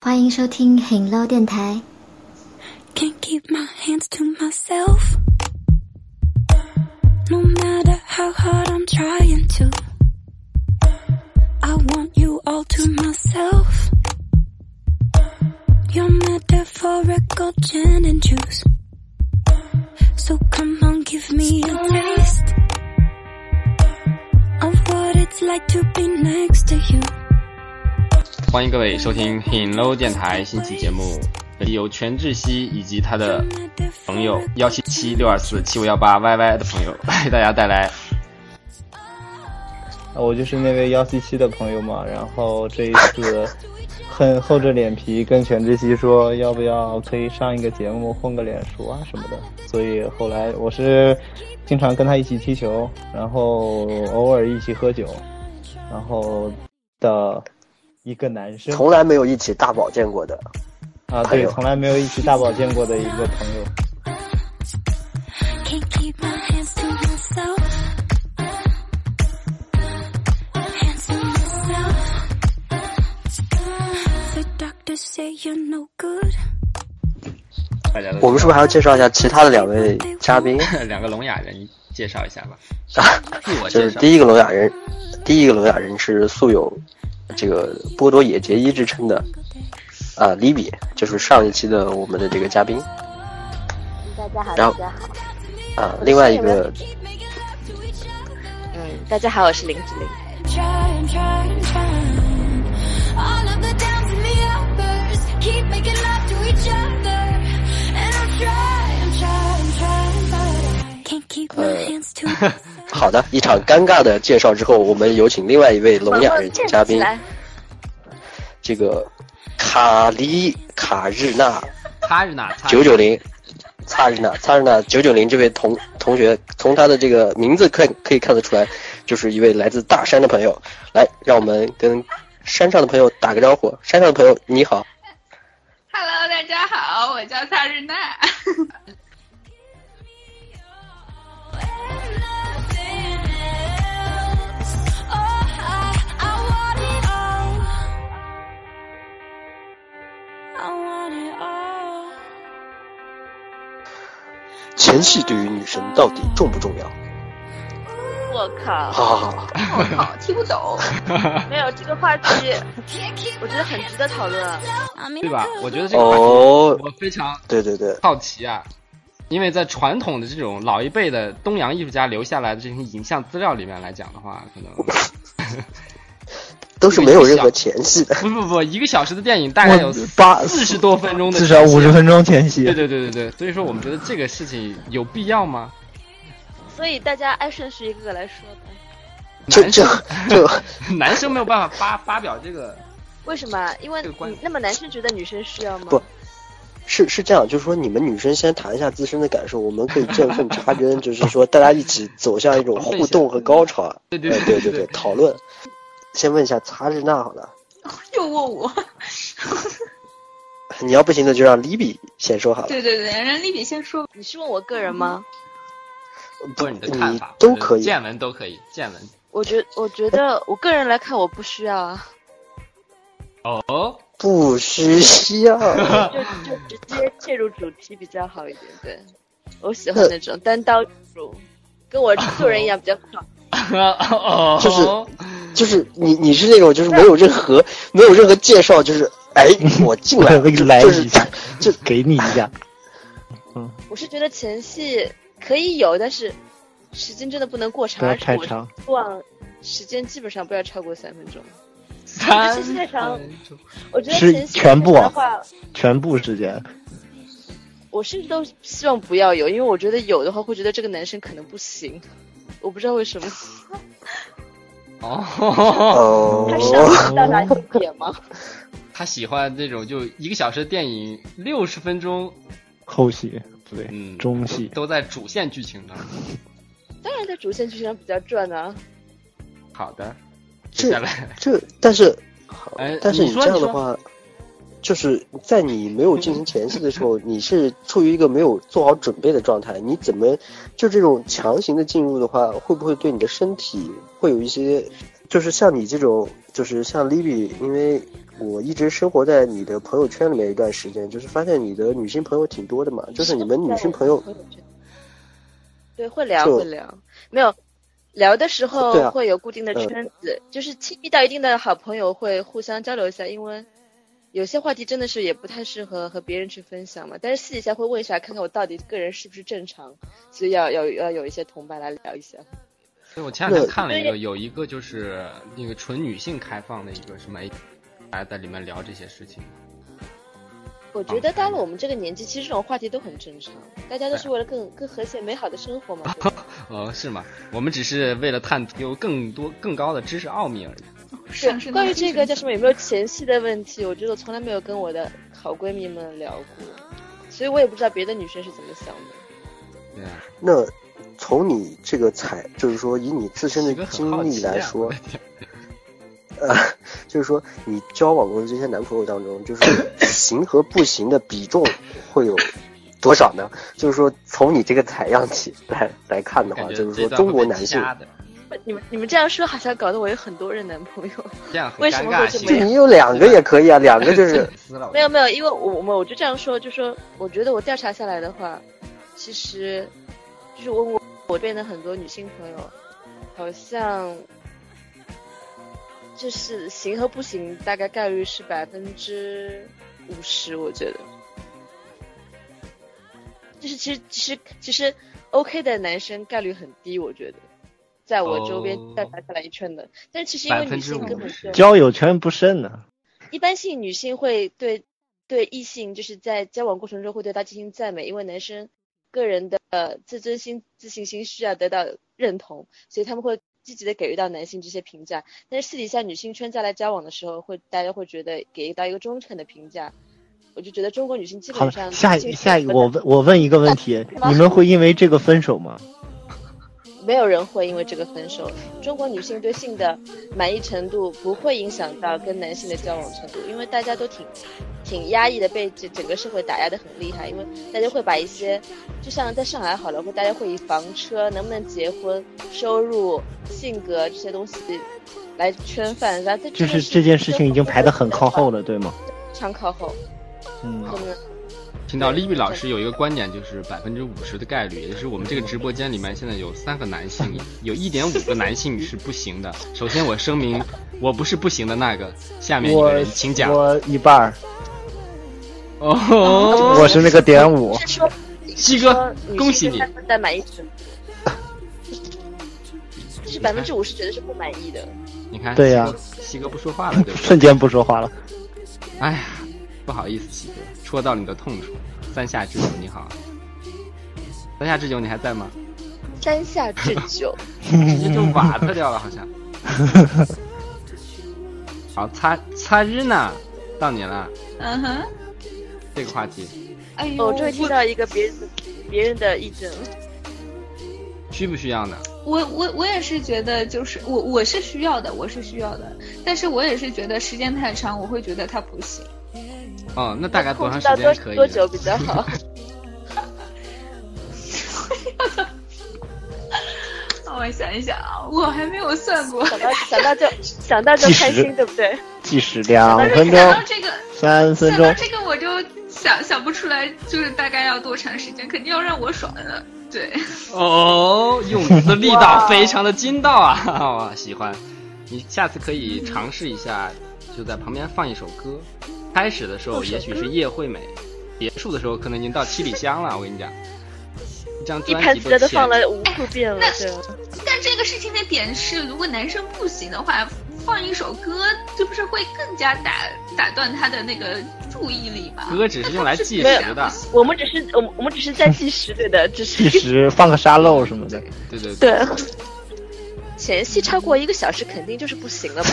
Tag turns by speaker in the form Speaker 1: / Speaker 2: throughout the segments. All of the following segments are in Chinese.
Speaker 1: 欢迎收听 Hello 电台，
Speaker 2: Can't keep my hands to myself. No matter how hard I'm trying to, I want you all to myself. You're metaphorical gin and juice. So come on, give me a taste of what it's like to be next to you.
Speaker 3: 欢迎各位收听 Hello 电台新期节目，本期由全智熙以及他的朋友幺七七六二四七五幺八 YY 的朋友为大家带来。
Speaker 4: 啊，我就是那位幺七七的朋友嘛，然后这一次很厚着脸皮跟全智熙说，要不要可以上一个节目混个脸熟啊什么的，所以后来我是经常跟他一起踢球，然后偶尔一起喝酒，然后的一个男生
Speaker 5: 从来没有一起大保健过的。
Speaker 4: 啊，
Speaker 5: 朋
Speaker 4: 对，
Speaker 5: 友
Speaker 4: 从来没有一起大保健过的一个朋友。
Speaker 2: Can't keep my hands to myself. Hands to myself. The doctor say you're no good.
Speaker 3: 大家都
Speaker 5: 我们是不是还要介绍一下其他的两位嘉宾？啊
Speaker 3: 是 两个聋哑人介绍一下吧？自我
Speaker 5: 就
Speaker 3: 介
Speaker 5: 是
Speaker 3: 绍。
Speaker 5: 第一个聋哑人，第一个聋哑人是素有这个波多野结衣之称的啊、李比，就是上一期的我们的这个嘉宾
Speaker 6: 大家
Speaker 5: 然
Speaker 6: 好，大
Speaker 5: 后
Speaker 6: 家好，
Speaker 5: 啊、另外一个
Speaker 6: 嗯，大家好，我是林志玲。
Speaker 2: Try and try and try. All of the downs and the uppers keep making love to each other. And I'm trying, trying, trying, but I can't keep my hands to myself.
Speaker 5: 好的一场尴尬的介绍之后，我们有请另外一位聋哑人嘉宾，这个卡里卡日娜
Speaker 3: 他是哪？
Speaker 5: 九九零，擦日娜，擦日娜九九零这位同同学，从他的这个名字看可以看得出来，就是一位来自大山的朋友。来，让我们跟山上的朋友打个招呼。山上的朋友，你好。
Speaker 7: Hello，大家好，我叫萨日娜。
Speaker 5: 前戏对于女生到底重不重要？
Speaker 6: 我靠，
Speaker 5: 啊，
Speaker 7: 我靠，听不懂。
Speaker 6: 没有这个话题， 我觉得很值得讨论。啊
Speaker 3: 对吧？我哎觉得这个话题
Speaker 5: 哦，
Speaker 3: 我非常
Speaker 5: 对对对，
Speaker 3: 好奇啊，因为在传统的这种老一辈的东洋艺术家留下来的这些影像资料里面来讲的话，可能
Speaker 5: 都是没有任何前戏的。
Speaker 3: 不不不，一个小时的电影大概有
Speaker 4: 我八
Speaker 3: 四十多分钟的，
Speaker 4: 至少五十分钟前戏
Speaker 3: 对。对对对对，所以说我们觉得这个事情有必要吗？
Speaker 6: 所以大家按顺序一个个来说吧。
Speaker 5: 这
Speaker 3: 男
Speaker 5: 这
Speaker 3: 生
Speaker 5: 这，
Speaker 3: 男生没有办法发发表这个，
Speaker 6: 为什么？因为
Speaker 3: 这个观
Speaker 6: 你那么男生觉得女生需要吗？
Speaker 5: 不是是这样，就是说你们女生先谈一下自身的感受，我们可以见缝插针，就是说大家一起走向一种互动和高潮。
Speaker 3: 对对
Speaker 5: 哎，对对
Speaker 3: 对
Speaker 5: 对，讨论。先问一下擦日娜好了，
Speaker 7: 又问我，
Speaker 5: 你要不行的就让 Libby 先说好了，
Speaker 7: 对对对，让丽比先说吧。
Speaker 6: 你是问我个人吗？
Speaker 3: 或者你的看法
Speaker 5: 嗯都可以。
Speaker 3: 见闻都可以，见闻
Speaker 6: 我觉我觉得我个人来看，我不需要啊，
Speaker 3: 哦，
Speaker 5: 不需要，
Speaker 6: 就就直接切入主题比较好一点。对，我喜
Speaker 5: 呃
Speaker 6: 欢那种单刀直入，跟我做人一样比较爽。
Speaker 3: 哦，
Speaker 5: 就是就是你你是那种就是没有任何没有任何介绍，就是哎 我进来了，就
Speaker 4: 来
Speaker 5: 就
Speaker 4: 一
Speaker 5: 是
Speaker 4: 下，
Speaker 5: 就
Speaker 4: 给你一下。
Speaker 6: 我是觉得前戏可以有，但是时间真的不能过长，
Speaker 4: 不要
Speaker 6: 而且
Speaker 4: 太
Speaker 6: 我
Speaker 4: 长
Speaker 6: 希望时间基本上不要超过三分钟。
Speaker 3: 三
Speaker 6: 这是 太长了
Speaker 3: 分钟
Speaker 6: 我觉得
Speaker 4: 是
Speaker 6: 前戏
Speaker 4: 全部啊
Speaker 6: 的话，
Speaker 4: 全部时间，
Speaker 6: 我甚至都希望不要有，因为我觉得有的话会觉得这个男生可能不行，我不知道为什么。
Speaker 3: 哦，
Speaker 5: 哦
Speaker 6: 他，上到达一个点吗？
Speaker 3: 他喜欢这种就一个小时的电影六十分钟，
Speaker 4: 后戏不对，
Speaker 3: 嗯，
Speaker 4: 中戏。
Speaker 3: 都在主线剧情上。
Speaker 6: 当然在主线剧情上比较赚啊。
Speaker 3: 好的，接
Speaker 5: 这
Speaker 3: 下来，
Speaker 5: 这但是
Speaker 3: 哎，
Speaker 5: 但是
Speaker 3: 你
Speaker 5: 你
Speaker 3: 说
Speaker 5: 这样的
Speaker 3: 你说
Speaker 5: 话，就是在你没有进行前戏的时候，你是处于一个没有做好准备的状态，你怎么就这种强行的进入的话，会不会对你的身体会有一些就是像你这种，就是像 Libby，因为我一直生活在你的朋友圈里面一段时间，就是发现你的女性朋友挺多的嘛，就是你们女性朋友，
Speaker 6: 对，会聊
Speaker 5: 就
Speaker 6: 会聊，没有聊的时
Speaker 5: 对啊
Speaker 6: 候会有固定的
Speaker 5: 嗯
Speaker 6: 圈子，就是亲密到一定的好朋友会互相交流一下，因为有些话题真的是也不太适合和别人去分享嘛，但是私底下会问一下，看看我到底个人是不是正常，所以要要要有一些同伴来聊一下。
Speaker 3: 对，我前两天
Speaker 5: 那
Speaker 3: 看了一个，有一个就是那个纯女性开放的一个什么 A，还在里面聊这些事情。
Speaker 6: 我觉得到了我们这个年纪，其实这种话题都很正常，大家都是为了更更和谐美好的生活嘛。对吧
Speaker 3: 哦，是吗？我们只是为了探究更多更高的知识奥秘而已。
Speaker 7: 上升
Speaker 6: 是
Speaker 7: 到
Speaker 6: 关于这个
Speaker 7: 精
Speaker 6: 叫
Speaker 7: 神
Speaker 6: 什么有没有前戏的问题，我觉得我从来没有跟我的好闺蜜们聊过，所以我也不知道别的女生是怎么想的。
Speaker 3: 对啊，
Speaker 5: 那从你这个采，就是说以你自身
Speaker 3: 一
Speaker 5: 的
Speaker 3: 个很好
Speaker 5: 经历
Speaker 3: 奇啊
Speaker 5: 来说
Speaker 3: 我的，天
Speaker 5: 呃，就是说你交往过的这些男朋友当中，就是 行和不行的比重会有多少呢？就是说从你这个采样起来来看的话，
Speaker 3: 感觉
Speaker 5: 就是
Speaker 3: 这
Speaker 5: 说
Speaker 3: 段
Speaker 5: 中
Speaker 3: 会
Speaker 5: 国
Speaker 3: 被
Speaker 5: 男性，
Speaker 3: 掐的
Speaker 6: 呃你们你们这样说，好像搞得我有很多任男朋友。
Speaker 3: 这样很
Speaker 6: 为什
Speaker 3: 尴
Speaker 6: 么
Speaker 3: 尬
Speaker 6: 会这
Speaker 3: 性
Speaker 6: 么
Speaker 3: 格，
Speaker 5: 就
Speaker 6: 样
Speaker 5: 你有两个也可以啊， 两个就是
Speaker 3: 死了。
Speaker 6: 没有没有，因为我我我就这样说，就说我觉得我调查下来的话，其实就是我我我变得很多女性朋友，好像就是行和不行，大概概率是百分之五十，我觉得。就是其实其实其实 OK 的男生概率很低，我觉得，在我周边
Speaker 3: 哦
Speaker 6: 调查下来一圈的，但其实因为女性根本就
Speaker 3: 50%
Speaker 4: 交友圈不慎呢、
Speaker 6: 一般性女性会对对异性就是在交往过程中会对他进行赞美，因为男生个人的呃自尊心、自信心需要得到认同，所以他们会积极的给予到男性这些评价。但是私底下女性圈再来交往的时候，会大家会觉得给到一个中肯的评价。我就觉得中国女性基
Speaker 8: 好
Speaker 6: 本上
Speaker 8: 了，下一
Speaker 6: 性
Speaker 8: 下一
Speaker 6: 格
Speaker 8: 个，我问我问一个问题，你们会因为这个分手吗？
Speaker 6: 没有人会因为这个分手。中国女性对性的满意程度不会影响到跟男性的交往程度，因为大家都挺挺压抑的，被整整个社会打压的很厉害。因为大家会把一些，就像在上海好了，会大家会以房车、能不能结婚、收入、性格这些东西来圈饭，然后在
Speaker 8: 就是这件事情已经排得很靠后
Speaker 6: 了，
Speaker 8: 了，对吗？
Speaker 6: 非常靠后，
Speaker 4: 嗯，
Speaker 6: 真的。
Speaker 3: 听到 Libby 老师有一个观点，就是百分之五十的概率，也就是我们这个直播间里面现在有三个男性，有一点五个男性是不行的。 首先我声明，我不是不行的那个。下面一个
Speaker 4: 我
Speaker 3: 人，请讲。
Speaker 4: 我一半儿，
Speaker 3: 哦，
Speaker 4: 我是那个点五，
Speaker 6: 是说
Speaker 3: 西哥，恭喜你！
Speaker 6: 在满意程度，就是百分之五十觉得是不满意的。
Speaker 3: 你看，
Speaker 8: 对呀
Speaker 3: 西哥西哥不说话了，对不对？
Speaker 8: 瞬间不说话了。
Speaker 3: 哎呀，不好意思，西哥，戳到了你的痛处。三下之久，你好。三下之久，你还在吗？
Speaker 6: 山下智 久，
Speaker 3: 直接就瓦特掉了，好像。 好，擦擦日呢，到你了，
Speaker 7: 嗯哼，
Speaker 3: 这个话题
Speaker 7: 哎呦，
Speaker 6: 我哦终于听到一个别人的别人的意见了。
Speaker 3: 需不需要呢？
Speaker 7: 我我我也是觉得，就是我我是需要的，我是需要的，但是我也是觉得时间太长，我会觉得它不行。
Speaker 3: 哦，那大概多
Speaker 6: 控
Speaker 3: 长
Speaker 6: 制
Speaker 3: 时
Speaker 6: 到
Speaker 3: 间
Speaker 6: 多
Speaker 3: 可以？
Speaker 6: 多久比较好？
Speaker 7: 让我想一想啊，我还没有算过。
Speaker 6: 想到想到 就想到就
Speaker 8: 计时
Speaker 6: 开心，对不对？
Speaker 8: 计时两
Speaker 7: 但是
Speaker 8: 分钟，
Speaker 7: 想到这个，
Speaker 8: 三分
Speaker 7: 想到
Speaker 8: 钟，
Speaker 7: 这个我就想想不出来，就是大概要多长时间，肯定要让我爽的。对，
Speaker 3: 哦，用词力道非常的筋道啊，我喜欢。你下次可以尝试一下，就在旁边放一首歌。开始的时候也许是叶惠美，结束的时候可能已经到七里香了。我跟你讲，一张
Speaker 6: 一
Speaker 3: 专
Speaker 6: 盘
Speaker 3: 辑
Speaker 6: 子
Speaker 3: 都
Speaker 6: 都
Speaker 3: 欠
Speaker 6: 放了无数遍
Speaker 3: 哎
Speaker 6: 了，对吧？
Speaker 7: 但这个事情的点是，如果男生不行的话，放一首歌，这不是会更加打打断他的那个注意力吗？
Speaker 3: 歌只是用来计
Speaker 6: 没
Speaker 3: 时
Speaker 6: 有
Speaker 3: 的，
Speaker 6: 我们只是我们我们只是在计时，对的，只
Speaker 8: 计
Speaker 6: 是
Speaker 8: 时放个沙漏什么的。
Speaker 3: 对对对。
Speaker 6: 对。前戏超过一个小时肯定就是不行 了吧？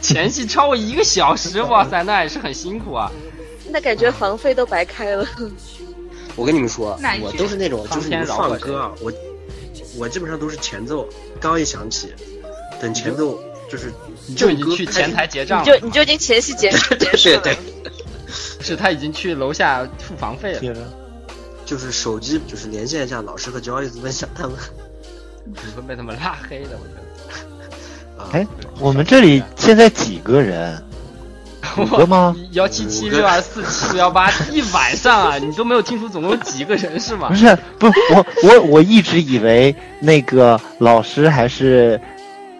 Speaker 3: 前戏超过一个小时，哇塞，那也是很辛苦啊。
Speaker 6: 那感觉房费都白开了。
Speaker 5: 我跟你们说啊
Speaker 7: 哪一，句
Speaker 5: 我都是那种就是你们放歌啊，我我基本上都是前奏，刚一响起，等前奏就是
Speaker 3: 你就
Speaker 5: 正
Speaker 3: 已经
Speaker 5: 歌
Speaker 3: 去
Speaker 5: 开始
Speaker 3: 前台结
Speaker 6: 你
Speaker 3: 账
Speaker 6: 就
Speaker 3: 了，
Speaker 6: 你就已经前戏结束结束
Speaker 5: 对
Speaker 6: 了，
Speaker 5: 对，
Speaker 3: 是他已经去楼下付房费了。
Speaker 8: 接着
Speaker 5: 就是手机就是连线一下老师和 Joyce 问一下他们
Speaker 3: 你会被他们拉黑的，我觉得。
Speaker 5: 啊，
Speaker 8: 哎我们这里现在几个人？五个吗？
Speaker 3: 幺七七六二四七四幺八一晚上啊，你都没有听出总共有几个人是吗
Speaker 8: 不？是，不，我我我一直以为那个老师还是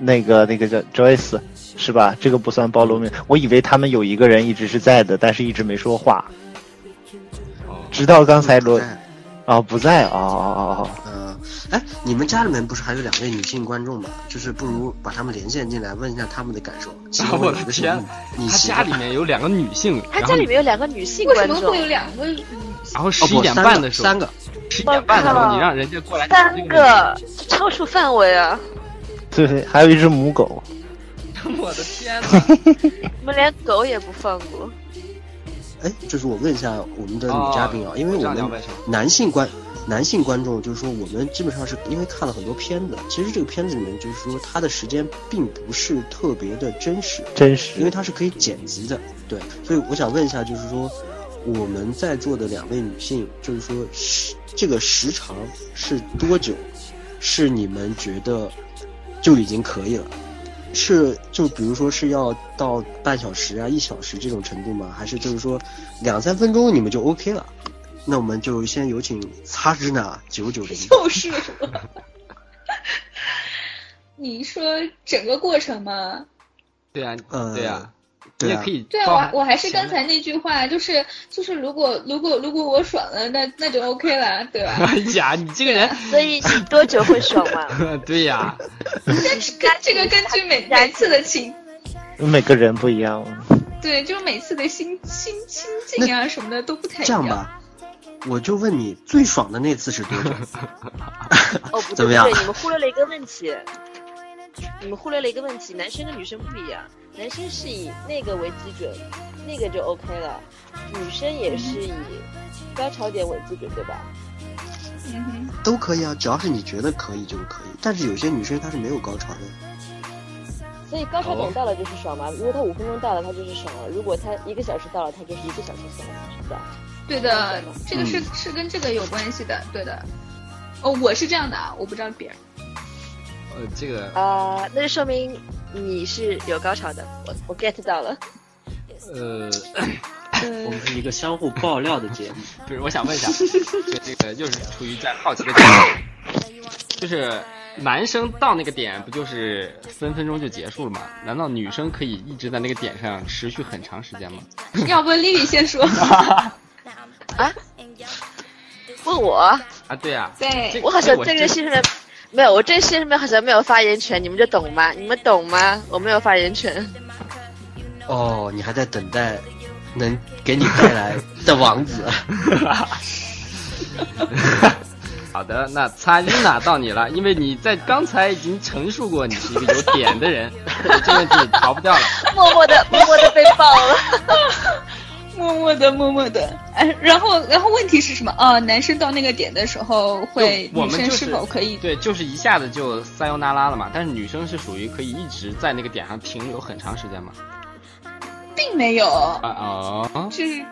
Speaker 8: 那个那个叫 Joyce 是吧？这个不算包罗面，我以为他们有一个人一直是在的，但是一直没说话，
Speaker 3: 哦
Speaker 8: 直到刚才罗
Speaker 5: 哎
Speaker 8: 啊、不在哦哦哦哦，
Speaker 5: 嗯，哎，你们家里面不是还有两位女性观众吗？就是不如把他们连线进来，问一下他们的感受。其中
Speaker 3: 我的
Speaker 5: 有一个是
Speaker 3: 天
Speaker 5: 你你
Speaker 3: 他
Speaker 5: 媳妇
Speaker 3: 家里面有两个女性，
Speaker 6: 他
Speaker 3: 然
Speaker 6: 家
Speaker 3: 后
Speaker 6: 里面有两个女性
Speaker 7: 为什
Speaker 6: 观
Speaker 7: 么
Speaker 6: 众
Speaker 7: 会，有两个女
Speaker 3: 然后
Speaker 5: 哦
Speaker 3: 十一
Speaker 5: 不，
Speaker 3: 点
Speaker 5: 三
Speaker 3: 半
Speaker 5: 个
Speaker 3: 的时候，
Speaker 5: 三个，
Speaker 3: 十一点半的时
Speaker 6: 我
Speaker 3: 候
Speaker 6: 靠
Speaker 3: 你让人家过来
Speaker 6: 三个超出范围啊！
Speaker 8: 对对，还有一只母狗，
Speaker 3: 我的天呐！
Speaker 6: 你们连狗也不放过，
Speaker 5: 哎，就是我问一下我们的女嘉宾啊，因为
Speaker 3: 这
Speaker 5: 我
Speaker 3: 样聊
Speaker 5: 们
Speaker 3: 为什么？
Speaker 5: 男性观男性观众，就是说我们基本上是因为看了很多片子，其实这个片子里面就是说它的时间并不是特别的真实，
Speaker 8: 真
Speaker 5: 因为
Speaker 8: 实。
Speaker 5: 它是可以剪辑的，对，所以我想问一下，就是说我们在座的两位女性，就是说时这个时长是多久？是你们觉得就已经可以了？是就比如说是要到半小时啊、一小时这种程度吗？还是就是说两三分钟你们就 OK 了？那我们就先有请擦之娜九九零。
Speaker 7: 就是我。 你说整个过程吗？
Speaker 3: 对啊，
Speaker 5: 呃
Speaker 3: 对啊，你
Speaker 5: 对
Speaker 3: 也
Speaker 5: 啊
Speaker 3: 可，以
Speaker 7: 对
Speaker 3: 包
Speaker 7: 啊，
Speaker 3: 含
Speaker 7: 我我还是
Speaker 3: 前
Speaker 7: 刚才那句话，就是就是，如果如果如果我爽了，那那就 OK 了，对 吧？
Speaker 3: 哎呀，你这个人，
Speaker 6: 所以你多久会爽 嘛？
Speaker 3: 对呀、
Speaker 7: 但是跟这个根据每每次的情，
Speaker 8: 每个人不一样，
Speaker 7: 对，就是每次的心心心境啊什么的都不太 一
Speaker 5: 这样吧，我就问你最爽的那次是多久？
Speaker 6: 哦，不
Speaker 5: 怎
Speaker 6: 对
Speaker 5: 么
Speaker 6: 不
Speaker 5: 样
Speaker 6: 对，你们忽略了一个问题，你们忽略了一个问题，男生跟女生不一样，男生是以那个为基准，那个就 OK 了，女生也是以高潮点为基准，对吧？
Speaker 7: 嗯哼。
Speaker 5: 都可以啊，只要是你觉得可以就可以。但是有些女生她是没有高潮的，
Speaker 6: 所以高潮
Speaker 3: 哦
Speaker 6: 点到了就是爽嘛，如果他五分钟到了，他就是爽了；如果他一个小时到了，他就是一个小时爽了，是吧？
Speaker 7: 对的
Speaker 6: 嗯，
Speaker 7: 这个是是跟这个有关系的，对的。哦，我是这样的啊，我不知道别人。
Speaker 3: 呃，这个，
Speaker 6: 啊、那就说明你是有高潮的，我我 get 到了。
Speaker 3: 呃，
Speaker 9: 我们是一个相互爆料的节目。
Speaker 3: 不是，我想问一下，这这个又是出于在好奇的角度，就是男生到那个点不就是分分钟就结束了吗？难道女生可以一直在那个点上持续很长时间吗？
Speaker 7: 要不丽丽先说？
Speaker 6: 问我，
Speaker 3: 啊， 对啊，
Speaker 7: 对，
Speaker 6: 我好像
Speaker 3: 我
Speaker 6: 这个事上面没有，我这个事上面好像没有发言权，你们就懂吗？你们懂吗？我没有发言权。
Speaker 5: 哦，你还在等待能给你带来的王子。
Speaker 3: 好的，那擦丽娜到你了，因为你在刚才已经陈述过你是一个有点的人， 这问题逃不掉了。
Speaker 6: 默默的，默默的被爆 了。
Speaker 7: 默默的，默默的。哎， 然后，然后问题是什么？哦，男生到那个点的时候会，
Speaker 3: 就我
Speaker 7: 女
Speaker 3: 们
Speaker 7: 生
Speaker 3: 就是
Speaker 7: 否可以？
Speaker 3: 对，就是一下子就撒由那拉了嘛。但是女生是属于可以一直在那个点上停留很长时间嘛。
Speaker 7: 并没有，
Speaker 3: 啊哦，
Speaker 7: 就是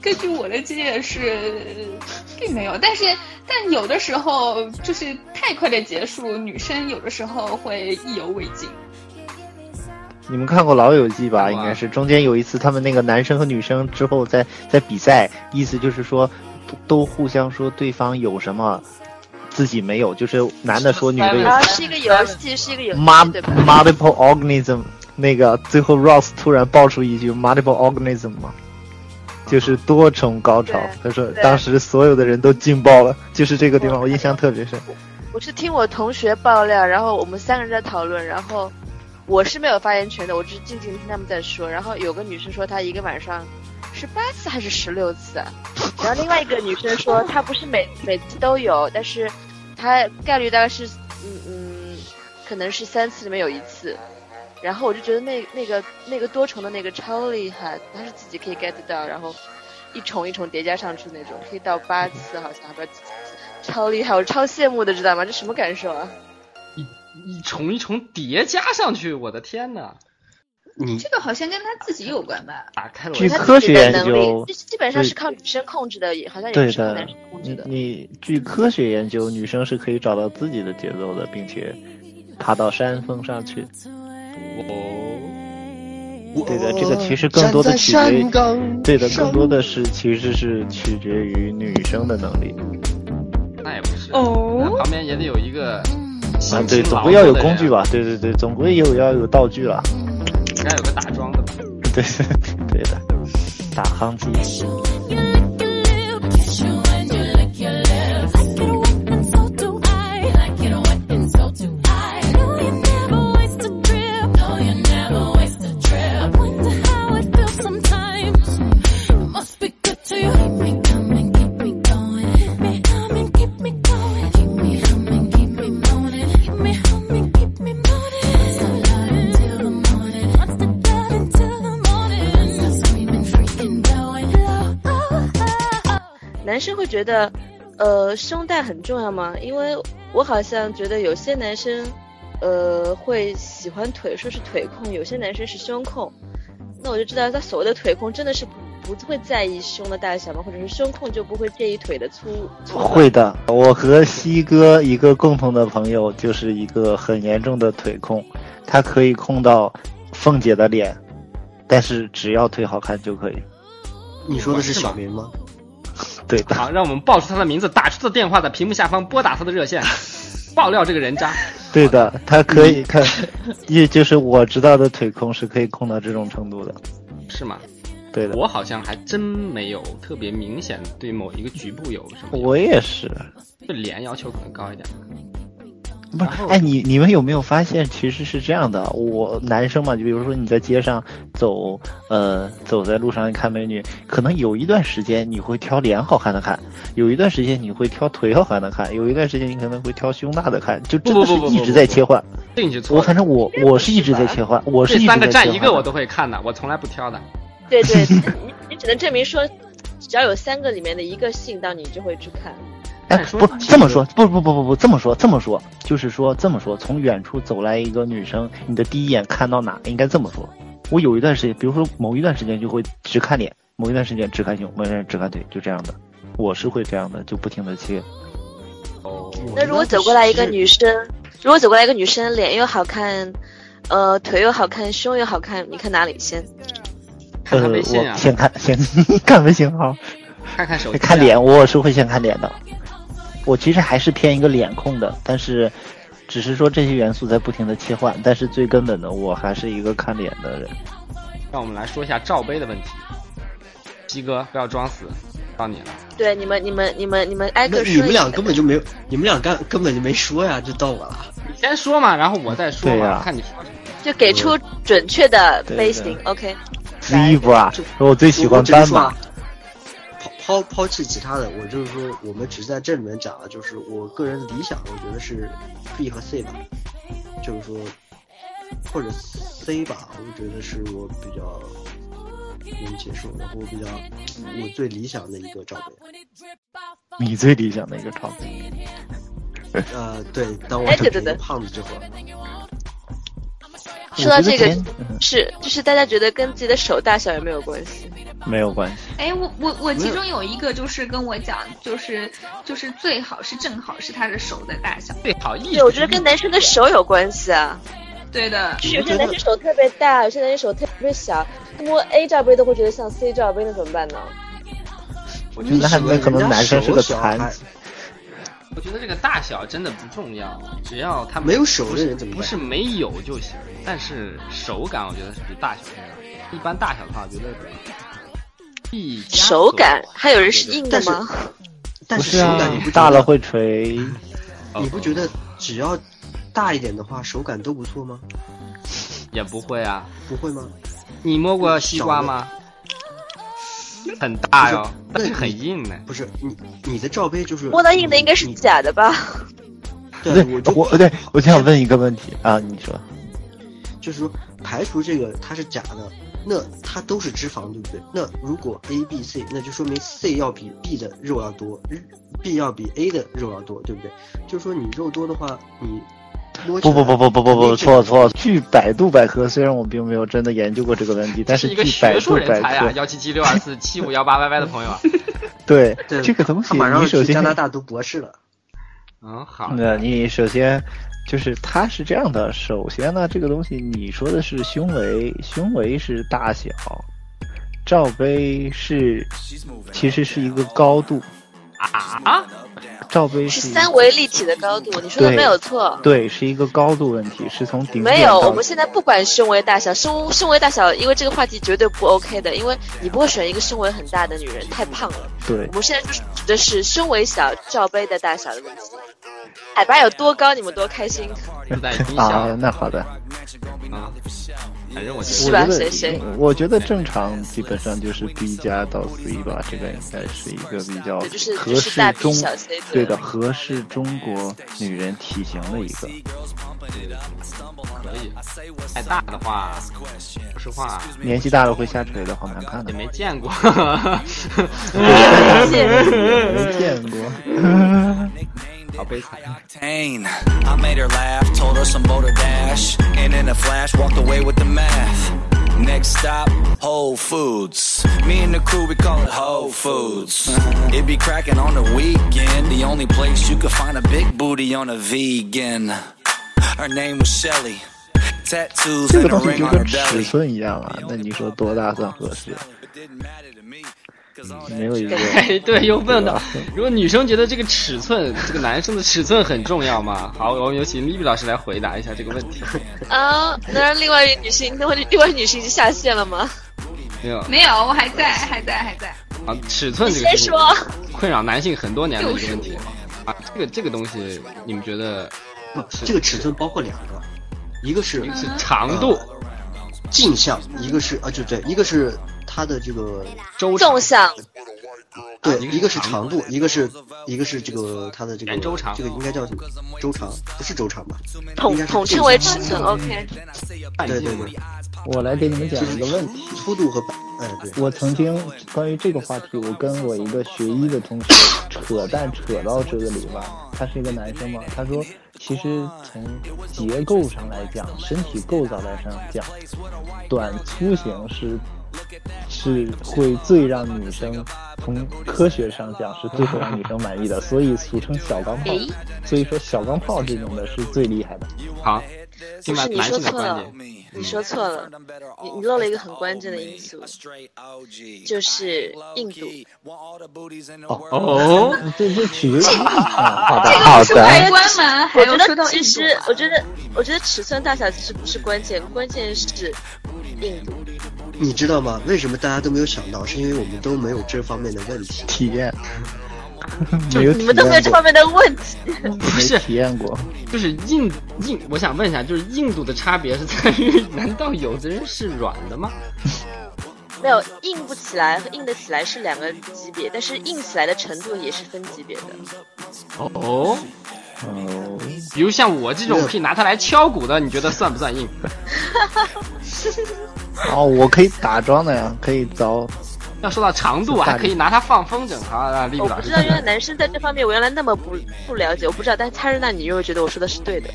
Speaker 7: 根据我的经验是， 并没有。但是，但有的时候就是太快的结束，女生有的时候会意犹未尽。
Speaker 8: 你们看过《老友记》吧？
Speaker 3: 看过啊
Speaker 8: 应该是中间有一次，他们那个男生和女生之后在在比赛，意思就是说都都互相说对方有什么，自己没有，就是男的说女的
Speaker 6: 然
Speaker 8: 有
Speaker 6: 后啊是一个游戏，是一个游戏，对吧？
Speaker 8: multiple organism。那个最后 Ross 突然爆出一句 multiple organism 嘛，就是多重高潮
Speaker 6: 对。
Speaker 8: 他说
Speaker 6: 对
Speaker 8: 当时所有的人都惊爆了，就是这个地方我印象特别深。
Speaker 6: 我是听我同学爆料，然后我们三个人在讨论，然后我是没有发言权的，我只是静静听他们在说。然后有个女生说她一个晚上是八次还是十六次啊，然后另外一个女生说她不是每每次都有，但是她概率大概是嗯嗯，可能是三次里面有一次。然后我就觉得那那个那个多重的那个超厉害，她是自己可以 get 到，然后一重一重叠加上去那种，可以到八次好像，还不知道几次。超厉害，我超羡慕的，知道吗？这什么感受啊？
Speaker 3: 一重一重叠加上去，我的天呐！
Speaker 10: 你
Speaker 7: 这个好像跟他自己有关吧？
Speaker 3: 打开了我
Speaker 8: 据
Speaker 3: 的
Speaker 6: 他
Speaker 3: 心，
Speaker 8: 科学研
Speaker 6: 自己的能
Speaker 8: 究
Speaker 6: 力，基基本上
Speaker 8: 对
Speaker 6: 是靠女生控制的，也好像也
Speaker 8: 对
Speaker 6: 不是靠
Speaker 8: 的嗯
Speaker 6: 男生控制
Speaker 8: 你
Speaker 6: 的。
Speaker 8: 你据科学研究，女生是可以找到自己的节奏的，并且爬到山峰上去。对的，这个其实更多的取决于，对的，更多的是其实是取决于女生的能力
Speaker 3: 嗯那也不是，那
Speaker 7: 哦，
Speaker 3: 旁边也得有一个
Speaker 8: 啊，
Speaker 3: 辛
Speaker 8: 对，
Speaker 3: 勤
Speaker 8: 总
Speaker 3: 劳
Speaker 8: 归要
Speaker 3: 动
Speaker 8: 有
Speaker 3: 的
Speaker 8: 工
Speaker 3: 人
Speaker 8: 具吧，对对对，总归有要有道具了，
Speaker 3: 应该有个打桩的吧。
Speaker 8: 对 对的，打夯机，
Speaker 6: 男生会觉得，呃，胸大很重要吗？因为我好像觉得有些男生，呃，会喜欢腿，说是腿控；有些男生是胸控。那我就知道，他所谓的腿控真的是不不会在意胸的大小吗？或者是胸控就不会介意腿的粗？粗短
Speaker 8: 会的。我和西哥一个共同的朋友就是一个很严重的腿控，他可以控到凤姐的脸，但是只要腿好看就可以。
Speaker 5: 你说的是小明吗？
Speaker 8: 对的，
Speaker 3: 好，让我们报出他的名字，打出他的电话，在屏幕下方拨打他的热线，爆料这个人渣。
Speaker 8: 对的，他可以看，也就是我知道的腿控是可以控到这种程度的。
Speaker 3: 是吗？
Speaker 8: 对的，
Speaker 3: 我好像还真没有特别明显对某一个局部有什么，
Speaker 8: 我也是。
Speaker 3: 对脸要求可能高一点。
Speaker 8: 不是
Speaker 3: 然，后
Speaker 8: 哎，你你们有没有发现，其实是这样的，我男生嘛，就比如说你在街上走，呃，走在路上你看美女，可能有一段时间你会挑脸好看的看，有一段时间你会挑腿好看的看，有一段时间你可能会挑胸大的看，就真的是
Speaker 3: 不不不不
Speaker 8: 一直在切换。
Speaker 3: 这你就错
Speaker 8: 我反
Speaker 3: 了，
Speaker 8: 正我我是一直在切换，我是
Speaker 3: 这
Speaker 8: 一直
Speaker 3: 三个
Speaker 8: 在
Speaker 3: 占
Speaker 8: 切
Speaker 3: 一个
Speaker 8: 换
Speaker 3: 我
Speaker 8: 的呃
Speaker 3: 都会看的，我从来不挑的。
Speaker 6: 对 对，你你只能证明说，只要有三个里面的一个吸引到你，就会去看。
Speaker 8: 哎
Speaker 3: 按，说
Speaker 8: 不
Speaker 3: 这
Speaker 8: 这么
Speaker 3: 个
Speaker 8: 说，不不不不不这么说，这么说就是说这么说，从远处走来一个女生，你的第一眼看到哪？应该这么说。我有一段时间，比如说某一段时间就会只看脸，某一段时间只看胸，某一段时间只看腿，就这样的。我是会这样的，就不停的切。
Speaker 3: 哦，
Speaker 6: 那如果走过来一个女生，如果走过来一个女生，脸又好看，呃，腿又好看，胸又好看，你看哪里先？
Speaker 3: 看看微信
Speaker 8: 呃，
Speaker 3: 啊
Speaker 8: 我，先看先 看微信号，
Speaker 3: 看看手机、啊
Speaker 8: 看。脸，我是会先看脸的。我其实还是偏一个脸控的，但是只是说这些元素在不停的切换，但是最根本的，我还是一个看脸的人。
Speaker 3: 让我们来说一下罩杯的问题。西哥，不要装死，到你了。
Speaker 6: 对，你们你们你们你们挨
Speaker 5: 那
Speaker 6: 个
Speaker 5: 你
Speaker 6: 说
Speaker 5: 们
Speaker 6: 一
Speaker 5: 俩
Speaker 6: 下。
Speaker 5: 根本就没有，你们俩干根本就没说呀，就到我了。
Speaker 3: 你先说嘛，然后我再说
Speaker 8: 对
Speaker 3: 嘛，
Speaker 8: 呀
Speaker 3: 看你说什么。
Speaker 6: 就给出准确的
Speaker 8: 对
Speaker 6: 杯
Speaker 8: 对
Speaker 6: 型。OK，
Speaker 8: Zebra，我最喜
Speaker 5: 我
Speaker 8: 欢
Speaker 5: 我只是
Speaker 8: 斑
Speaker 5: 说
Speaker 8: 马
Speaker 5: 啊。抛抛抛弃其他的，我就是说，我们只是在这里面讲了，就是我个人的理想，我觉得是 B 和 C 吧，就是说，或者 C 吧，我觉得是我比较能接受的，然后我比较我最理想的一个罩杯。
Speaker 8: 你最理想的一个场景，
Speaker 5: 呃，对，当我
Speaker 6: 哎
Speaker 5: 成为一
Speaker 6: 对对
Speaker 5: 个
Speaker 6: 对
Speaker 5: 胖子之后，啊
Speaker 6: 说到
Speaker 8: 我觉
Speaker 6: 这个
Speaker 8: 得前
Speaker 5: 嗯
Speaker 6: 是就是大家觉得跟自己的手大小有没有关系？
Speaker 8: 没有关系，
Speaker 7: 哎，我我我其中有一个就是跟我讲，就是就是最好是正好是他的手的大小，
Speaker 3: 最好意
Speaker 6: 对，我觉得跟男生的手有关系啊。
Speaker 7: 对的，
Speaker 6: 就是有些男生手特别大，有些男生手特别小，摸 A 罩杯都会觉得像 C 罩杯，那怎么办呢？
Speaker 5: 我觉
Speaker 8: 那
Speaker 5: 得
Speaker 8: 那
Speaker 5: 人家
Speaker 8: 可能男生是个
Speaker 5: 手小
Speaker 8: 残
Speaker 5: 还
Speaker 8: 疾
Speaker 3: 我觉得这个大小真的不重要，只要他
Speaker 5: 没有手
Speaker 3: 不
Speaker 5: 的
Speaker 3: 是
Speaker 5: 人怎么办
Speaker 3: 不是没有就行，但是手感我觉得是比大小重要。一般大小的话，我觉得一加
Speaker 6: 手感
Speaker 3: 左右，
Speaker 6: 还有人是硬的
Speaker 5: 但是
Speaker 6: 吗？
Speaker 5: 但
Speaker 8: 不
Speaker 5: 是
Speaker 8: 是
Speaker 5: 手
Speaker 8: 啊
Speaker 5: 感你不，
Speaker 8: 大了
Speaker 5: 会，
Speaker 8: 会垂，
Speaker 5: 你不觉得只要大一点的话，手感都不错吗？
Speaker 3: 也不会啊？
Speaker 5: 不会吗？
Speaker 3: 你摸过西瓜吗？很大哟、但是很硬呢、
Speaker 5: 不是你你的罩杯就是
Speaker 6: 摸到硬的应该是
Speaker 5: 你
Speaker 6: 假的吧？
Speaker 5: 对，我就
Speaker 8: 我对我就想问一个问题啊，你说
Speaker 5: 就是说排除这个它是假的，那它都是脂肪，对不对？那如果 A、B、C，那就说明 C 要比 B 的肉要多日，B 要比 A 的肉要多，对不对？就是说你肉多的话，你不
Speaker 11: 不不不不不不不，错了错了。据百度百科，虽然我并没有真的研究过这个问题，但
Speaker 3: 是一
Speaker 11: 据
Speaker 3: 个
Speaker 11: 百
Speaker 3: 学
Speaker 11: 度
Speaker 3: 术人
Speaker 11: 百
Speaker 3: 才啊，
Speaker 11: 科，
Speaker 3: 幺七七六二四七五幺八 YY 的朋 友啊，
Speaker 11: 对
Speaker 5: 对
Speaker 11: 这个东西，
Speaker 5: 他马上
Speaker 11: 你首
Speaker 5: 去
Speaker 11: 先
Speaker 5: 加拿大读博士了。
Speaker 3: 嗯，好的，
Speaker 11: 那你首先就是它是这样的，首先呢，这个东西你说的是胸围，胸围是大小，罩杯是其实是一个高度，
Speaker 3: 啊，
Speaker 11: 罩杯
Speaker 6: 是
Speaker 11: 一个
Speaker 6: 三维立体的高度，你说的
Speaker 11: 对
Speaker 6: 没有错。
Speaker 11: 对，是一个高度问题，是从顶
Speaker 6: 没
Speaker 11: 点
Speaker 6: 有，
Speaker 11: 到
Speaker 6: 我们现在不管胸围大小，胸胸围大小，因为这个话题绝对不 OK 的，因为你不会选一个胸围很大的女人，太胖了。
Speaker 11: 对
Speaker 6: 我们现在就是指的是胸围小、罩杯的大小的问题。海拔有多高，你们多开心，
Speaker 3: 自带音效
Speaker 11: 啊，那好的，
Speaker 3: 啊，反正我就是
Speaker 11: 我
Speaker 6: 吧
Speaker 11: 觉？得嗯
Speaker 6: 谁谁？
Speaker 11: 我觉得正常基本上就是 B 加到 C 吧，这个应该是一个比较
Speaker 6: 对就是
Speaker 11: 合
Speaker 6: 就是
Speaker 11: 适
Speaker 6: 大 B
Speaker 11: 中
Speaker 6: 小 C
Speaker 11: 对
Speaker 6: 左
Speaker 11: 的
Speaker 6: 右
Speaker 11: 合适中国女人体型的一个，
Speaker 3: 可以，太大的话，说实话
Speaker 11: 年纪大了会下垂的，好难看啊的
Speaker 3: 也，没见过，
Speaker 11: 没见过。
Speaker 3: 好悲惨。
Speaker 8: Octane. I made her laugh, told her some motor dash, and in a flash walked away with the math. Next stop, Whole Foods. Me and the crew, we call it Whole Foods. Uh-huh. it be cracking on the weekend, the only place you could find a big booty on a vegan. Her name was Shelly. Tattoos
Speaker 11: 这个
Speaker 8: and a
Speaker 11: 东西
Speaker 8: ring
Speaker 11: 就
Speaker 8: on
Speaker 11: 跟
Speaker 8: her
Speaker 11: 尺
Speaker 8: belly.
Speaker 11: 寸一样啊，那你说多大算合适？没有一个
Speaker 3: 哎，对，又问到，如果女生觉得这个尺寸，这个男生的尺寸很重要吗？好，我们有请 Libby 老师来回答一下这个问题。
Speaker 6: 啊！那让另外一个女性，那另外一个女性就下线了吗？
Speaker 3: 没有
Speaker 7: 没有，我还在，还在，还在。
Speaker 3: 啊，尺寸这个
Speaker 6: 先
Speaker 3: 事情
Speaker 6: 说，
Speaker 3: 困扰男性很多年的一个问题啊，这个这个东西，你们觉得
Speaker 5: 不，这个尺寸包括两个，一个是
Speaker 3: 一个是长度、
Speaker 6: 嗯
Speaker 5: 镜像，一个是啊，就对，一个是它的这个
Speaker 3: 周长
Speaker 6: 纵向
Speaker 5: 对，
Speaker 3: 一个是
Speaker 5: 一个是
Speaker 3: 长
Speaker 5: 长度，一个是一个是这个它的这个
Speaker 3: 圆周长
Speaker 5: 这个应该叫什么？周长不是周长吧？
Speaker 6: 统统称为尺寸，OK。嗯
Speaker 3: 半
Speaker 5: 对
Speaker 3: 径
Speaker 5: 对
Speaker 3: 嘛
Speaker 5: 对，
Speaker 12: 我来给你们讲
Speaker 5: 就是
Speaker 12: 一个问题。
Speaker 5: 粗度和版，哎对，
Speaker 12: 我曾经关于这个话题，我跟我一个学医的同学扯淡扯到这个里边儿，他是一个男生嘛，他说其实从结构上来讲，身体构造来上讲，短粗型是是会最让女生从科学上讲是最会让女生满意的，所以俗称小钢炮。所以说小钢炮这种的是最厉害的。
Speaker 3: 好，听完
Speaker 6: 不是
Speaker 3: 男性
Speaker 6: 你
Speaker 3: 的
Speaker 6: 说错
Speaker 3: 观
Speaker 6: 了
Speaker 3: 点，
Speaker 6: 你说错了，你你漏了一个很关键的因素，就是印度。
Speaker 3: 哦，
Speaker 12: 这这取决于啊，好的
Speaker 7: 这个不是外观吗？还
Speaker 6: 我
Speaker 7: 有
Speaker 6: 觉
Speaker 7: 说
Speaker 6: 得
Speaker 7: 到
Speaker 6: 其
Speaker 7: 印
Speaker 6: 实，我觉得，我觉得尺寸大小其实不是关键，关键是印度。
Speaker 5: 你知道吗？为什么大家都没有想到？是因为我们都没有这方面的问题。
Speaker 11: 体验，没有体
Speaker 6: 你们都没有
Speaker 11: 验
Speaker 6: 这
Speaker 11: 过
Speaker 6: 方，面的问题，
Speaker 3: 不是
Speaker 11: 没体验过。
Speaker 3: 就是印印，我想问一下，就是印度的差别是在于， 难道有的人是软的吗？
Speaker 6: 没有硬不起来和硬得起来是两个级别，但是硬起来的程度也是分级别的。
Speaker 3: 哦，
Speaker 11: 哦，
Speaker 3: 比如像我这种可以拿它来敲鼓的，你觉得算不算硬？
Speaker 11: 哦，我可以打桩的呀，可以凿。
Speaker 3: 要说到长度，还可以拿它放风筝。好，让丽丽
Speaker 6: 我
Speaker 3: 老
Speaker 6: 不
Speaker 3: 师
Speaker 6: 知道，
Speaker 3: 讲
Speaker 6: 原来男生在这方面我原来那么不不了解，我不知道。但是他是那你又觉得我说的是对的，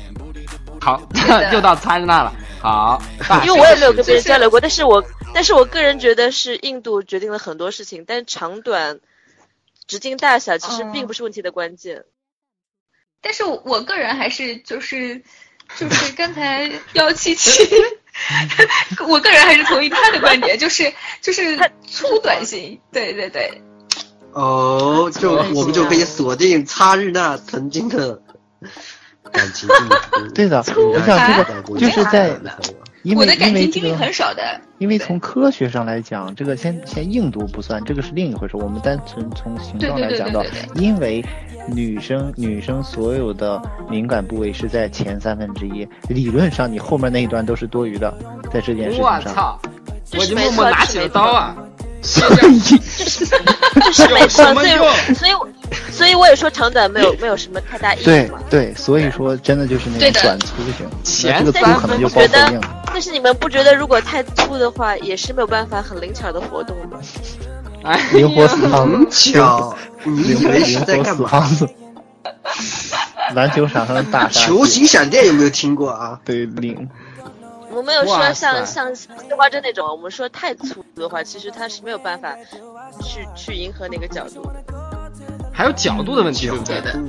Speaker 3: 好， 又到参日娜了。好， 大
Speaker 6: 因为我也没有
Speaker 3: 这
Speaker 6: 跟
Speaker 3: 个
Speaker 6: 别人交流过，但是我但是我个人觉得是印度决定了很多事情，但长短、直径大小其
Speaker 7: 哦
Speaker 6: 实并不是问题的关键。
Speaker 7: 但是我个人还是就是就是刚才幺 七七，我个人还是同意他的观点，就是就是粗短型，对对对，
Speaker 5: 哦，就我们就可以锁定擦日娜曾经的感情经历。
Speaker 11: 对的
Speaker 5: 应
Speaker 11: 我
Speaker 5: 该
Speaker 11: 想
Speaker 7: 这
Speaker 11: 个就是在因
Speaker 7: 我
Speaker 11: 为
Speaker 7: 的感
Speaker 11: 因为
Speaker 7: 情
Speaker 11: 这
Speaker 7: 经历
Speaker 11: 个。
Speaker 7: 很少的，
Speaker 11: 因为从科学上来讲，这个先先硬度不算，这个是另一回事。我们单纯从形状来讲到
Speaker 7: 对对对对，
Speaker 11: 因为女生女生所有的敏感部位是在前三分之一，理论上你后面那一段都是多余的，在这件事
Speaker 3: 我
Speaker 11: 情上。
Speaker 3: 操！
Speaker 6: 这
Speaker 3: 我已
Speaker 6: 是
Speaker 3: 经
Speaker 6: 没
Speaker 3: 默默
Speaker 6: 错
Speaker 3: 拿
Speaker 6: 这
Speaker 3: 起
Speaker 6: 是
Speaker 3: 了
Speaker 6: 没
Speaker 3: 刀
Speaker 6: 错
Speaker 3: 啊！ 哎
Speaker 6: 就是没错，
Speaker 3: 有什么
Speaker 6: 所以
Speaker 3: 用
Speaker 6: 所以我所以我也说长短没有没有什么太大意义
Speaker 11: 对
Speaker 6: 嘛。
Speaker 11: 对，所以说真的就是那
Speaker 7: 对
Speaker 11: 种
Speaker 7: 的
Speaker 11: 短粗型，
Speaker 3: 前
Speaker 11: 那这个
Speaker 6: 三
Speaker 11: 粗可能就包
Speaker 6: 分觉得
Speaker 11: 括硬。
Speaker 6: 但是你们不觉得如果太粗的话，也是没有办法很灵巧的活动吗？
Speaker 3: 哎呀，
Speaker 11: 灵活四方
Speaker 5: 巧，你以为是在干
Speaker 11: 灵活四
Speaker 5: 嘛？
Speaker 11: 方子。 篮球场上的大杀
Speaker 5: 球
Speaker 11: 器，
Speaker 5: 形闪电有没有听过啊？
Speaker 13: 对零，
Speaker 6: 我们没有说
Speaker 3: 哇
Speaker 6: 像
Speaker 3: 塞
Speaker 6: 像西瓜针那种，我们说太粗的话，其实它是没有办法去去迎合那个角度的。
Speaker 3: 还有角度的问题，对
Speaker 5: 角
Speaker 3: 不对？
Speaker 5: 度，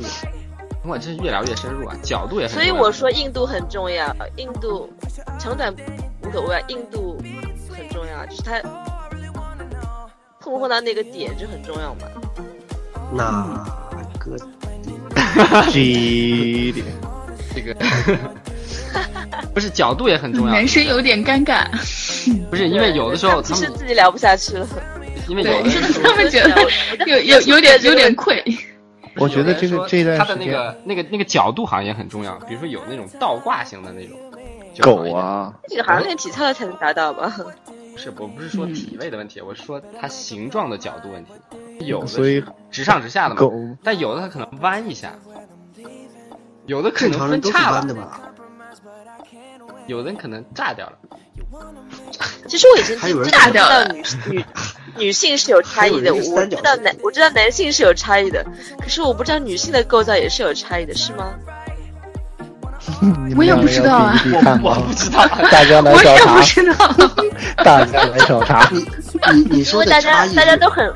Speaker 3: 哇，真是越聊越深入啊，角度也很。
Speaker 6: 所以我说硬度很重要，硬度长短无所谓，啊硬度很重要，啊就是它碰不碰到那个点就很重要嘛。
Speaker 5: 那个
Speaker 11: 这点
Speaker 3: 这个不是角度也很重要。
Speaker 7: 男生有点尴尬，
Speaker 3: 不是因为有的时候
Speaker 6: 其
Speaker 3: 他
Speaker 6: 实
Speaker 3: 们，
Speaker 6: 自己聊不下去了。
Speaker 3: 因为
Speaker 7: 对
Speaker 3: 有，的人
Speaker 7: 真的
Speaker 3: 说
Speaker 7: 他们觉
Speaker 6: 嗯
Speaker 7: 得有有有点有点愧。
Speaker 11: 我觉得这
Speaker 3: 有人
Speaker 11: 个
Speaker 3: 说
Speaker 11: 这段
Speaker 3: 他的
Speaker 11: 时
Speaker 3: 那
Speaker 11: 间
Speaker 3: 个那个那个角度好像也很重要，比如说有那种倒挂型的那种。就好一
Speaker 11: 狗
Speaker 3: 点！
Speaker 11: 啊，
Speaker 6: 这个好像练体操的才能达到吧？
Speaker 3: 不是，我不是
Speaker 11: 嗯
Speaker 3: 说体位的问题，我是说它形状的角度问题。有的
Speaker 11: 所以
Speaker 3: 是直上直下的嘛，
Speaker 11: 狗
Speaker 3: 但有的它可能弯一下，有的可
Speaker 5: 正
Speaker 3: 能
Speaker 5: 常人
Speaker 3: 分
Speaker 5: 都是
Speaker 3: 叉
Speaker 5: 弯的
Speaker 3: 了，
Speaker 5: 吧？
Speaker 3: 有的人可能炸掉了。
Speaker 6: 其实我以前
Speaker 5: 还有人
Speaker 6: 真的不知
Speaker 7: 打
Speaker 6: 道
Speaker 7: 掉了
Speaker 6: 女女女性是有差异
Speaker 5: 还
Speaker 6: 的，
Speaker 5: 有人是
Speaker 6: 我
Speaker 5: 三角
Speaker 6: 知道
Speaker 5: 形
Speaker 6: 男我知道男性是有差异的，可是我不知道女性的构造也是有差异的，是吗？
Speaker 11: 你
Speaker 7: 我
Speaker 11: 们
Speaker 7: 也
Speaker 11: 两
Speaker 7: 不
Speaker 11: 个
Speaker 7: 知
Speaker 11: 要
Speaker 7: 道啊
Speaker 11: 比一比看
Speaker 3: 我
Speaker 11: 吗
Speaker 3: 不知 道，
Speaker 11: 大家来
Speaker 7: 我
Speaker 11: 找
Speaker 7: 也不
Speaker 11: 茬，
Speaker 7: 知道，
Speaker 11: 大家来找茬。
Speaker 5: 你你
Speaker 6: 因
Speaker 5: 说
Speaker 6: 为
Speaker 5: 的
Speaker 6: 大
Speaker 5: 差
Speaker 6: 家
Speaker 5: 异，
Speaker 6: 大家都很，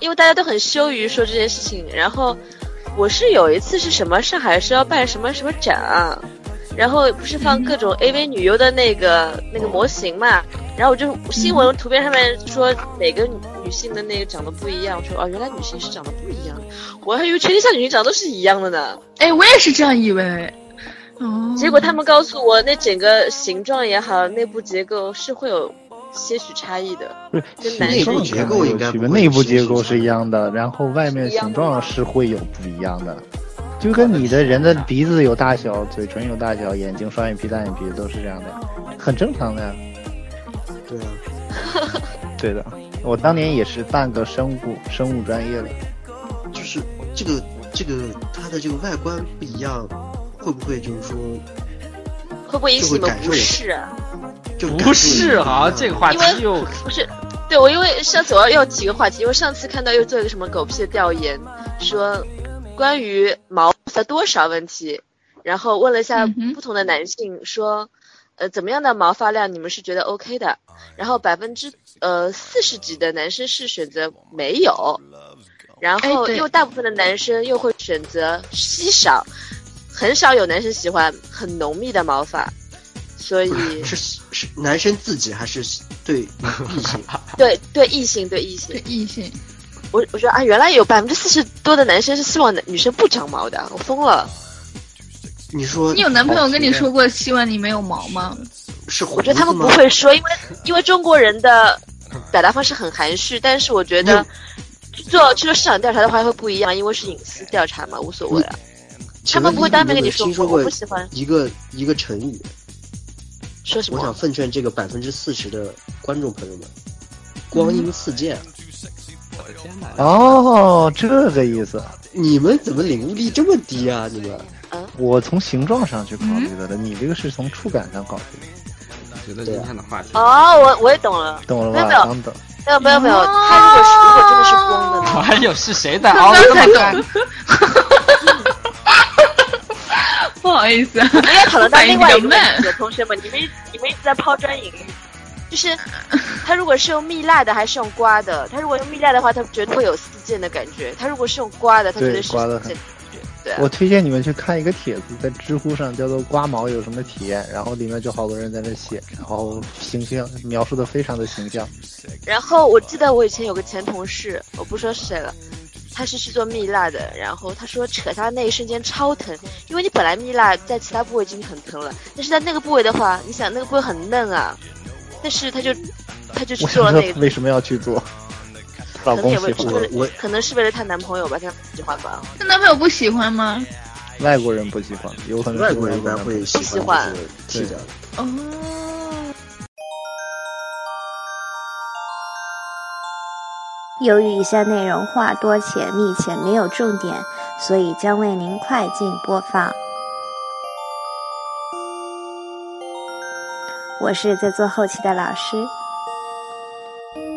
Speaker 6: 因为大家都很羞于说这件事情。然后我是有一次是什么上海是要办什么什么展啊，然后不是
Speaker 5: 嗯
Speaker 6: 放各种 AV 女优的那个那个模型嘛，然后我
Speaker 5: 嗯
Speaker 6: 就新闻图片上面说每个女女性的那个长得不一样，我说哦原来女性是长得不一样，我还以为全天下女性长得都是一样的呢。
Speaker 7: 哎，我也是这样以为。
Speaker 5: 嗯
Speaker 7: 哦，
Speaker 6: 结果他们告诉我，那整个形状也好，内部结构是会有些许差异的。
Speaker 11: 不是
Speaker 6: 跟
Speaker 11: 形
Speaker 6: 男
Speaker 5: 生
Speaker 11: 状
Speaker 5: 结
Speaker 11: 可能
Speaker 5: 构
Speaker 11: 有
Speaker 5: 应该
Speaker 11: 区
Speaker 5: 不
Speaker 11: 别
Speaker 5: 会
Speaker 11: 内部
Speaker 5: 有
Speaker 11: 结
Speaker 5: 形
Speaker 11: 构
Speaker 5: 状
Speaker 11: 是一样的，然后外面
Speaker 6: 是一样
Speaker 11: 形
Speaker 6: 的
Speaker 11: 状
Speaker 6: 吗
Speaker 11: 是会有不一样的，就跟你的人的鼻子有大小，嘴唇有大小，眼睛、双眼皮、单眼皮都是这样的，很正常的呀。
Speaker 5: 对啊，
Speaker 11: 对的，我当年也是半个生物生物专业的，
Speaker 5: 就是这个这个它的这个外观不一样，会不会就是说
Speaker 6: 会不会引起你们不适啊？
Speaker 5: 就
Speaker 3: 不是啊，这个话
Speaker 6: 因为
Speaker 3: 题又
Speaker 6: 不是，对我因为上次我要要提个话题，因为上次看到又做一个什么狗屁的调研，说关于毛在多少问题，然后问了一下
Speaker 7: 嗯哼
Speaker 6: 不同的男性说，呃，怎么样的毛发量你们是觉得 OK 的？然后百分之呃四十几的男生是选择没有，然后
Speaker 7: 哎对
Speaker 6: 又大部分的男生又会选择稀少，很少有男生喜欢很浓密的毛发，所以。
Speaker 5: 是是男生自己还是对 异性？
Speaker 6: 对对，异性对异性
Speaker 7: 对，异性，
Speaker 6: 我我说啊，原来有百分之四十多的男生是希望男女生不长毛的，我疯了。
Speaker 5: 你说
Speaker 7: 你有男朋友跟你说过希望你没有毛 吗？
Speaker 5: 是胡
Speaker 6: 我
Speaker 5: 子
Speaker 6: 觉得他们
Speaker 5: 吗
Speaker 6: 不会说，因为因为中国人的表达方式很含蓄，但是我觉
Speaker 5: 嗯
Speaker 6: 得去做去做市场调查的话会不一样，因为是隐私调查嘛，无所谓啊。他们不会当面跟你说
Speaker 5: 嗯请问你有没有听说
Speaker 6: 我
Speaker 5: 过
Speaker 6: 我不喜欢
Speaker 5: 一个一个成语，
Speaker 6: 说什
Speaker 5: 我想
Speaker 6: 么？
Speaker 5: 奉劝这个百分之四十的观众朋友们，光
Speaker 6: 嗯
Speaker 5: 阴似箭，
Speaker 3: 我的天哪！
Speaker 11: 哦，这个意思。
Speaker 5: 你们怎么领悟力这么低啊？你们
Speaker 11: 我从形状上去考虑的的，你这个是从触感上考虑的，
Speaker 3: 觉得今天的话题，
Speaker 6: 哦，我我也懂了，
Speaker 11: 懂了
Speaker 6: 没有
Speaker 11: 吧？
Speaker 6: 没有
Speaker 11: 等等，
Speaker 6: 没有没有没有，他如果是如果真的是光的呢？
Speaker 3: 还有是谁 在
Speaker 7: 刚
Speaker 3: 熬
Speaker 7: 刚
Speaker 3: 这
Speaker 7: 才
Speaker 3: 么短？
Speaker 7: 懂。 不哎好意思，
Speaker 6: 我也讨论到
Speaker 7: 反应
Speaker 6: 另
Speaker 7: 比
Speaker 6: 外
Speaker 7: 较
Speaker 6: 一个问
Speaker 7: 慢
Speaker 6: 题，。同学们，你们一你们一直在抛砖引玉，就是它如果是用蜜蜡的还是用刮的？它如果用蜜蜡的话，它绝对会有四溅的感觉；它如果是用刮的，它绝
Speaker 11: 对
Speaker 6: 是四
Speaker 11: 刮
Speaker 6: 溅
Speaker 11: 的
Speaker 6: 的感觉。对啊，
Speaker 11: 我推荐你们去看一个帖子，在知乎上叫做“刮毛有什么体验”，然后里面就好多人在那写，然后形象描述的非常的形象。
Speaker 6: 然后我记得我以前有个前同事，我不说是谁了，他是去做蜜蜡的，然后他说扯下来那一瞬间超疼，因为你本来蜜蜡在其他部位已经很疼了，但是在那个部位的话，你想那个部位很嫩啊，但是他就他就去
Speaker 11: 我想
Speaker 6: 做了
Speaker 11: 说
Speaker 6: 那个
Speaker 11: 为什么要去做？老
Speaker 6: 可能
Speaker 11: 公
Speaker 6: 也
Speaker 11: 喜欢
Speaker 6: 为可
Speaker 11: 我，
Speaker 6: 能
Speaker 5: 我
Speaker 6: 可能是为了她男朋友吧，她喜欢吧，
Speaker 7: 她男朋友不喜欢吗？
Speaker 11: 外国人不喜欢，有可能
Speaker 5: 外
Speaker 11: 是
Speaker 5: 国人一般会喜
Speaker 6: 喜欢
Speaker 5: 欢这个剃掉的。
Speaker 7: 哦，
Speaker 8: 由于以下内容话多且密且没有重点，所以将为您快进播放。我是在做后期的老师，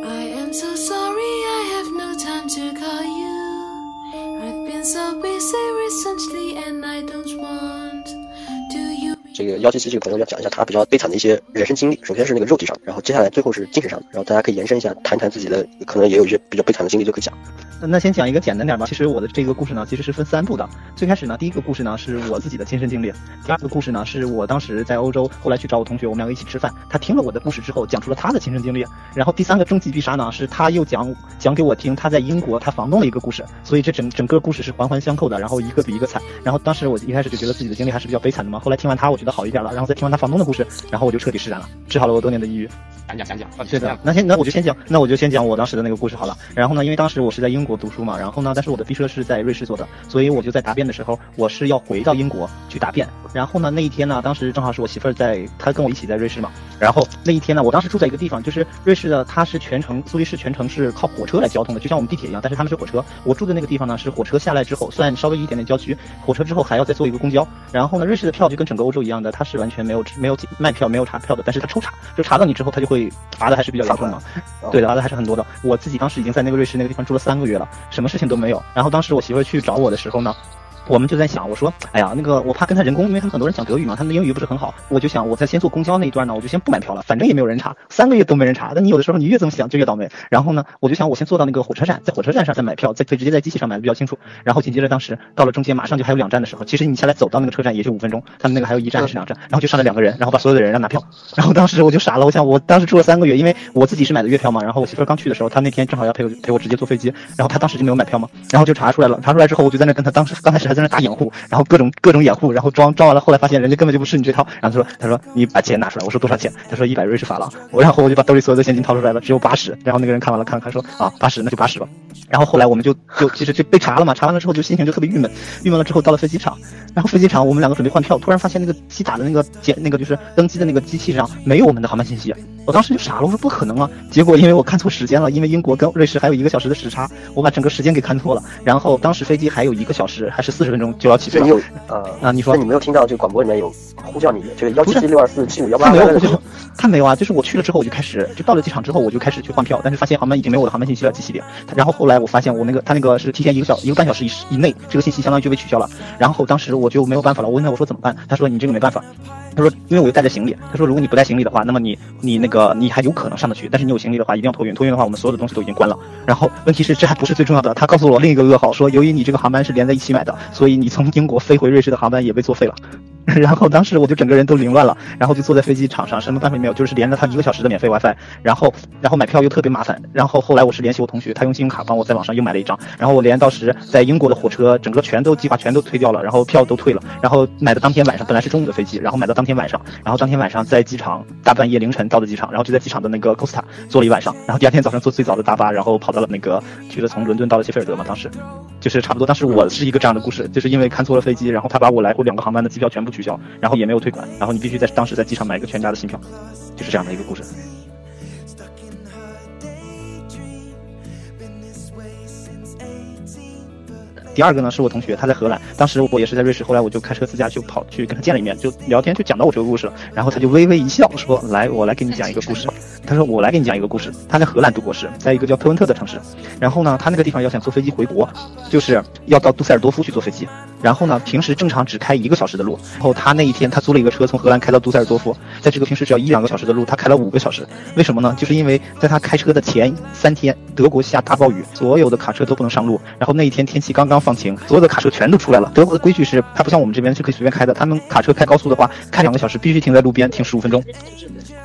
Speaker 2: I am so sorry I have no time to call you. I've been so busy recently and I don't
Speaker 5: 这个幺七七这个朋友要讲一下他比较悲惨的一些人生经历。首先是那个肉体上的，然后接下来最后是精神上的，然后大家可以延伸一下，谈谈自己的可能也有一些比较悲惨的经历都可以讲。
Speaker 11: 呃那先讲一个简单点吧。其实我的这个故事呢，其实是分三步的。最开始呢，第一个故事呢是我自己的亲身经历，第二个故事呢是我当时在欧洲，后来去找我同学，我们两个一起吃饭，他听了我的故事之后，讲出了他的亲身经历。然后第三个终极必杀呢，是他又讲讲给我听他在英国他房东的一个故事。所以这整整个故事是环环相扣的，然后一个比一个惨。然后当时我一开始就觉得自己的经历还是比较悲惨的嘛，后来听完他我觉得好一点了，然后再听完他房东的故事，然后我就彻底释然了，治好了我多年的抑郁。
Speaker 3: 讲讲讲讲，
Speaker 11: 对的，那先那我就先讲，那我就先讲我当时的那个故事好了。然后呢，因为当时我是在英国读书嘛，然后呢，但是我的毕设是在瑞士做的，所以我就在答辩的时候，我是要回到英国去答辩。然后呢，那一天呢，当时正好是我媳妇儿在，她跟我一起在瑞士嘛。然后那一天呢，我当时住在一个地方，就是瑞士的，它是全程苏黎世全程是靠火车来交通的，就像我们地铁一样，但是他们是火车。我住的那个地方呢，是火车下来之后，算稍微一点点郊区，火车之后还要再坐一个公交。然后呢，瑞士的票就跟整个欧洲一样的，它是完全没有没有卖票没有查票的，但是它抽查，就查到你之后，它就会罚的还是比较严重的。对的，罚的还是很多的。我自己当时已经在那个瑞士那个地方住了三个月了，什么事情都没有。然后当时我媳妇儿去找我的时候呢，我们就在想，我说，哎呀，那个我怕跟他人工，因为他们很多人讲德语嘛，他们的英语不是很好，我就想，我在先坐公交那一段呢，我就先不买票了，反正也没有人查，三个月都没人查，那你有的时候你越这么想就越倒霉。然后呢，我就想我先坐到那个火车站，在火车站上再买票，再可以直接在机器上买的比较清楚。然后紧接着当时到了中间，马上就还有两站的时候，其实你下来走到那个车站也就五分钟，他们那个还有一站还是两站，然后就上来两个人，然后把所有的人让拿票，然后当时我就傻了，我想我当时住了三个月，因为我自己是买的月票嘛，然后我媳妇儿刚去的时候，她那天正好要陪我陪我直接坐飞机，然后她当时就没有买票嘛，然后就查出来了，查出来之后我就在那跟她当时刚开始还在那打掩护，然后各种各种掩护，然后装装完了，后来发现人家根本就不吃你这套，然后她说她说你把钱拿出来，我说多少钱？她说一百瑞士法郎，我然后我就把兜里所有的现金掏出来了，只有八十，然后那个人看完了看了看说啊八十那就八十吧，然后后来我们就就其实就被查了嘛，查完了之后就心情就特别郁闷，郁闷了之后到了飞机场，然后飞机场我们两个准备换票，突然发现那个机打的那个检那个就是登机的那个机器上没有我们的航班信息，我当时就傻了，我说不可能啊！结果因为我看错时间了，因为英国跟瑞士还有一个小时的时差，我把整个时间给看错了，然后当时飞机还有一个小时还是四十分钟就要起飞
Speaker 5: 对
Speaker 11: 了
Speaker 5: 你有呃
Speaker 11: 啊，你说
Speaker 5: 那你没有听到这个广播里面有呼叫你这个幺
Speaker 11: 不
Speaker 5: 七
Speaker 11: 是
Speaker 5: 七六二四七五幺八
Speaker 11: 他没有，我就
Speaker 5: 什么？
Speaker 11: 他没有啊，就是我去了之后我就开始，就到了机场之后我就开始去换票，但是发现航班已经没有我的航班信息了，机器里。然后后来我发现我那个他那个是提前一个小一个半小时以以内，这个信息相当于就被取消了。然后当时我就没有办法了，我问他我说怎么办？他说你这个没办法，他说因为我又带着行李，他说如果你不带行李的话，那么你你那个你还有可能上得去，但是你有行李的话一定要托运，托运的话我们所有的东西都已经关了。然后问题是这还不是最重要的，他告诉我另一个噩耗，说由于你这个航班是连在一起买的，所以你从英国飞回瑞士的航班也被作废了。 然后当时我就整个人都凌乱了，然后就坐在飞机场上，什么办法也没有，就是连着他一个小时的免费 WiFi，然后然后买票又特别麻烦，然后后来我是联系我同学，他用信用卡帮我在网上又买了一张，然后我连当时在英国的火车整个全都计划全都推掉了，然后票都退了，然后买的当天晚上本来是中午的飞机，然后买到当天晚上，然后当天晚上在机场大半夜凌晨到的机场，然后就在机场的那个 Costa 坐了一晚上，然后第二天早上坐最早的大巴，然后跑到了那个去了从伦敦到了谢菲尔德嘛，当时就是差不多。当时我是一个这样的故事，就是因为看错了飞机，然后他把我来回两个航班的机票全部取消，然后也没有退款，然后你必须在当时在机场买一个全家的新票，就是这样的一个故事。第二个呢是我同学，他在荷兰，当时我也是在瑞士，后来我就开车自驾去跑去跟他见了一面，就聊天，就讲到我这个故事了，然后他就微微一笑说：“来，我来给你讲一个故事。”他说：“我来给你讲一个故事。”他在荷兰读博士，在一个叫特温特的城市，然后呢，他那个地方要想坐飞机回国，就是要到杜塞尔多夫去坐飞机，然后呢，平时正常只开一个小时的路，然后他那一天他租了一个车从荷兰开到杜塞尔多夫，在这个平时只要一两个小时的路，他开了五个小时，为什么呢？就是因为在他开车的前三天，德国下大暴雨，所有的卡车都不能上路，然后那一天天气刚刚放晴，所有的卡车全都出来了。德国的规矩是，它不像我们这边是可以随便开的，他们卡车开高速的话，开两个小时必须停在路边停十五分
Speaker 3: 嗯
Speaker 11: 钟，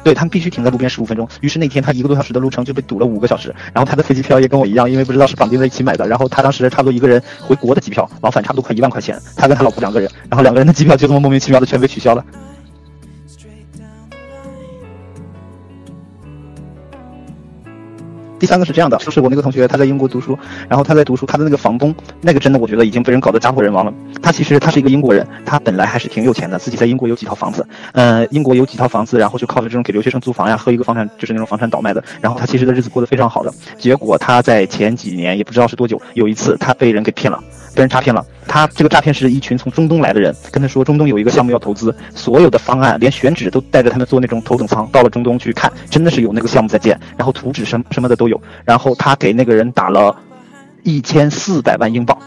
Speaker 11: 对他们必须停在路边十五分钟。于是那天他一个多小时的路程就被堵了五个小时，然后他的飞机票也跟我一样，因为不知道是绑定在一起买的，然后他当时差不多一个人回国的机票，往返差不多快一万块钱，他跟他老婆两个人，然后两个人的机票就这么莫名其妙的全被取消了。第三个是这样的，就是我那个同学他在英国读书，然后他在读书，他的那个房东，那个真的我觉得已经被人搞得家破人亡了。他其实他是一个英国人，他本来还是挺有钱的，自己在英国有几套房子，呃，英国有几套房子，然后就靠着这种给留学生租房呀，和一个房产就是那种房产倒卖的，然后他其实的日子过得非常好的。结果他在前几年也不知道是多久，有一次他被人给骗了。被人诈骗了。他这个诈骗是一群从中东来的人，跟他说中东有一个项目要投资，所有的方案连选址都带着他们坐那种头等舱到了中东去看，真的是有那个项目在建，然后图纸什么什么的都有。然后他给那个人打了一千四百万英镑，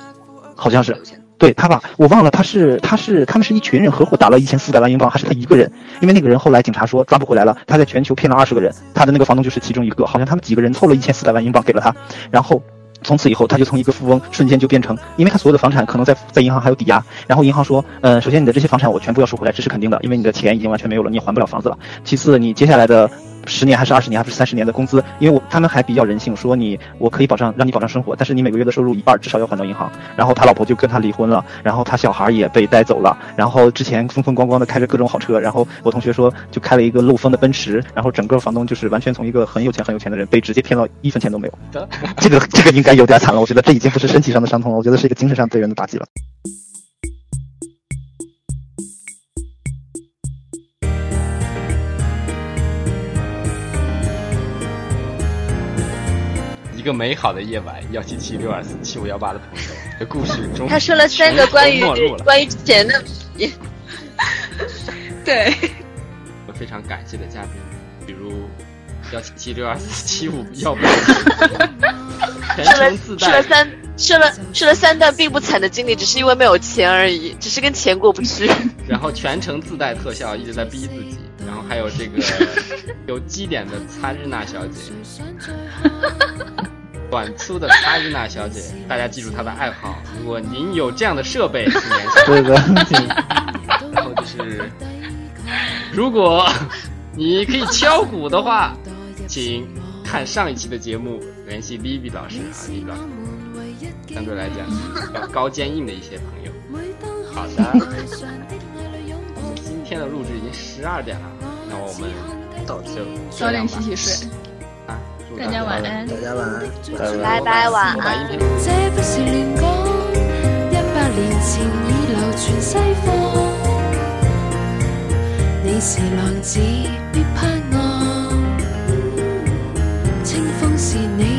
Speaker 11: 好像是。对他把我忘了，他是他是他们是一群人合伙打了一千四百万英镑，还是他一个人？因为那个人后来警察说抓不回来了，他在全球骗了二十个人，他的那个房东就是其中一个，好像他们几个人凑了一千四百万英镑给了他，然后。从此以后，他就从一个富翁瞬间就变成，因为他所有的房产可能在在银行还有抵押，然后银行说，呃，首先你的这些房产我全部要收回来，这是肯定的，因为你的钱已经完全没有了，你也还不了房子了。其次，你接下来的十年还是二十年还是三十年的工资，因为我他们还比较人性，说你我可以保障让你保障生活，但是你每个月的收入一半至少要还到银行。然后他老婆就跟他离婚了，然后他小孩也被带走了，然后之前风风光光的开着各种好车，然后我同学说就开了一个漏风的奔驰，然后整个房东就是完全从一个很有钱很有钱的人被直接骗到一分钱都没有。这个这个应该有点惨了，我觉得这已经不是身体上的伤痛了，我觉得是一个精神上对人的打击了。
Speaker 3: 一个美好的夜晚，幺七七六二四七五幺八的朋友，这故事中
Speaker 6: 他说了三个关于
Speaker 3: 全都没落了
Speaker 6: 关于之前的，对，
Speaker 3: 我非常感谢的嘉宾，比如幺七七六二四七五幺 八，全
Speaker 6: 说了
Speaker 3: 程自
Speaker 6: 说了
Speaker 3: 带
Speaker 6: 三说了说了三段并不惨的经历，只是因为没有钱而已，只是跟钱过不去。
Speaker 3: 然后全程自带特效，一直在逼自己。然后还有这 个有基点的擦日娜小姐，短粗的擦日娜小姐，大家记住她的爱好。如果您有这样的设备，请联系我。
Speaker 11: 对的，
Speaker 3: 然后就是，如果你可以敲鼓的话，请看上一期的节目，联系 Libby 老师啊，Libby 老师。相对来讲， 比较高坚硬的一些朋友。好的，我们今天的录制已经十二点了，那我们到这
Speaker 7: 早点洗洗睡。
Speaker 3: 啊，祝
Speaker 7: 大家晚安
Speaker 3: 大
Speaker 5: 家晚安，
Speaker 11: 呃
Speaker 6: 拜拜晚
Speaker 3: 我把音
Speaker 6: 安
Speaker 3: 频
Speaker 2: 这不是乱讲，一百年前已流传西方。你是浪子，必攀岸。清风是你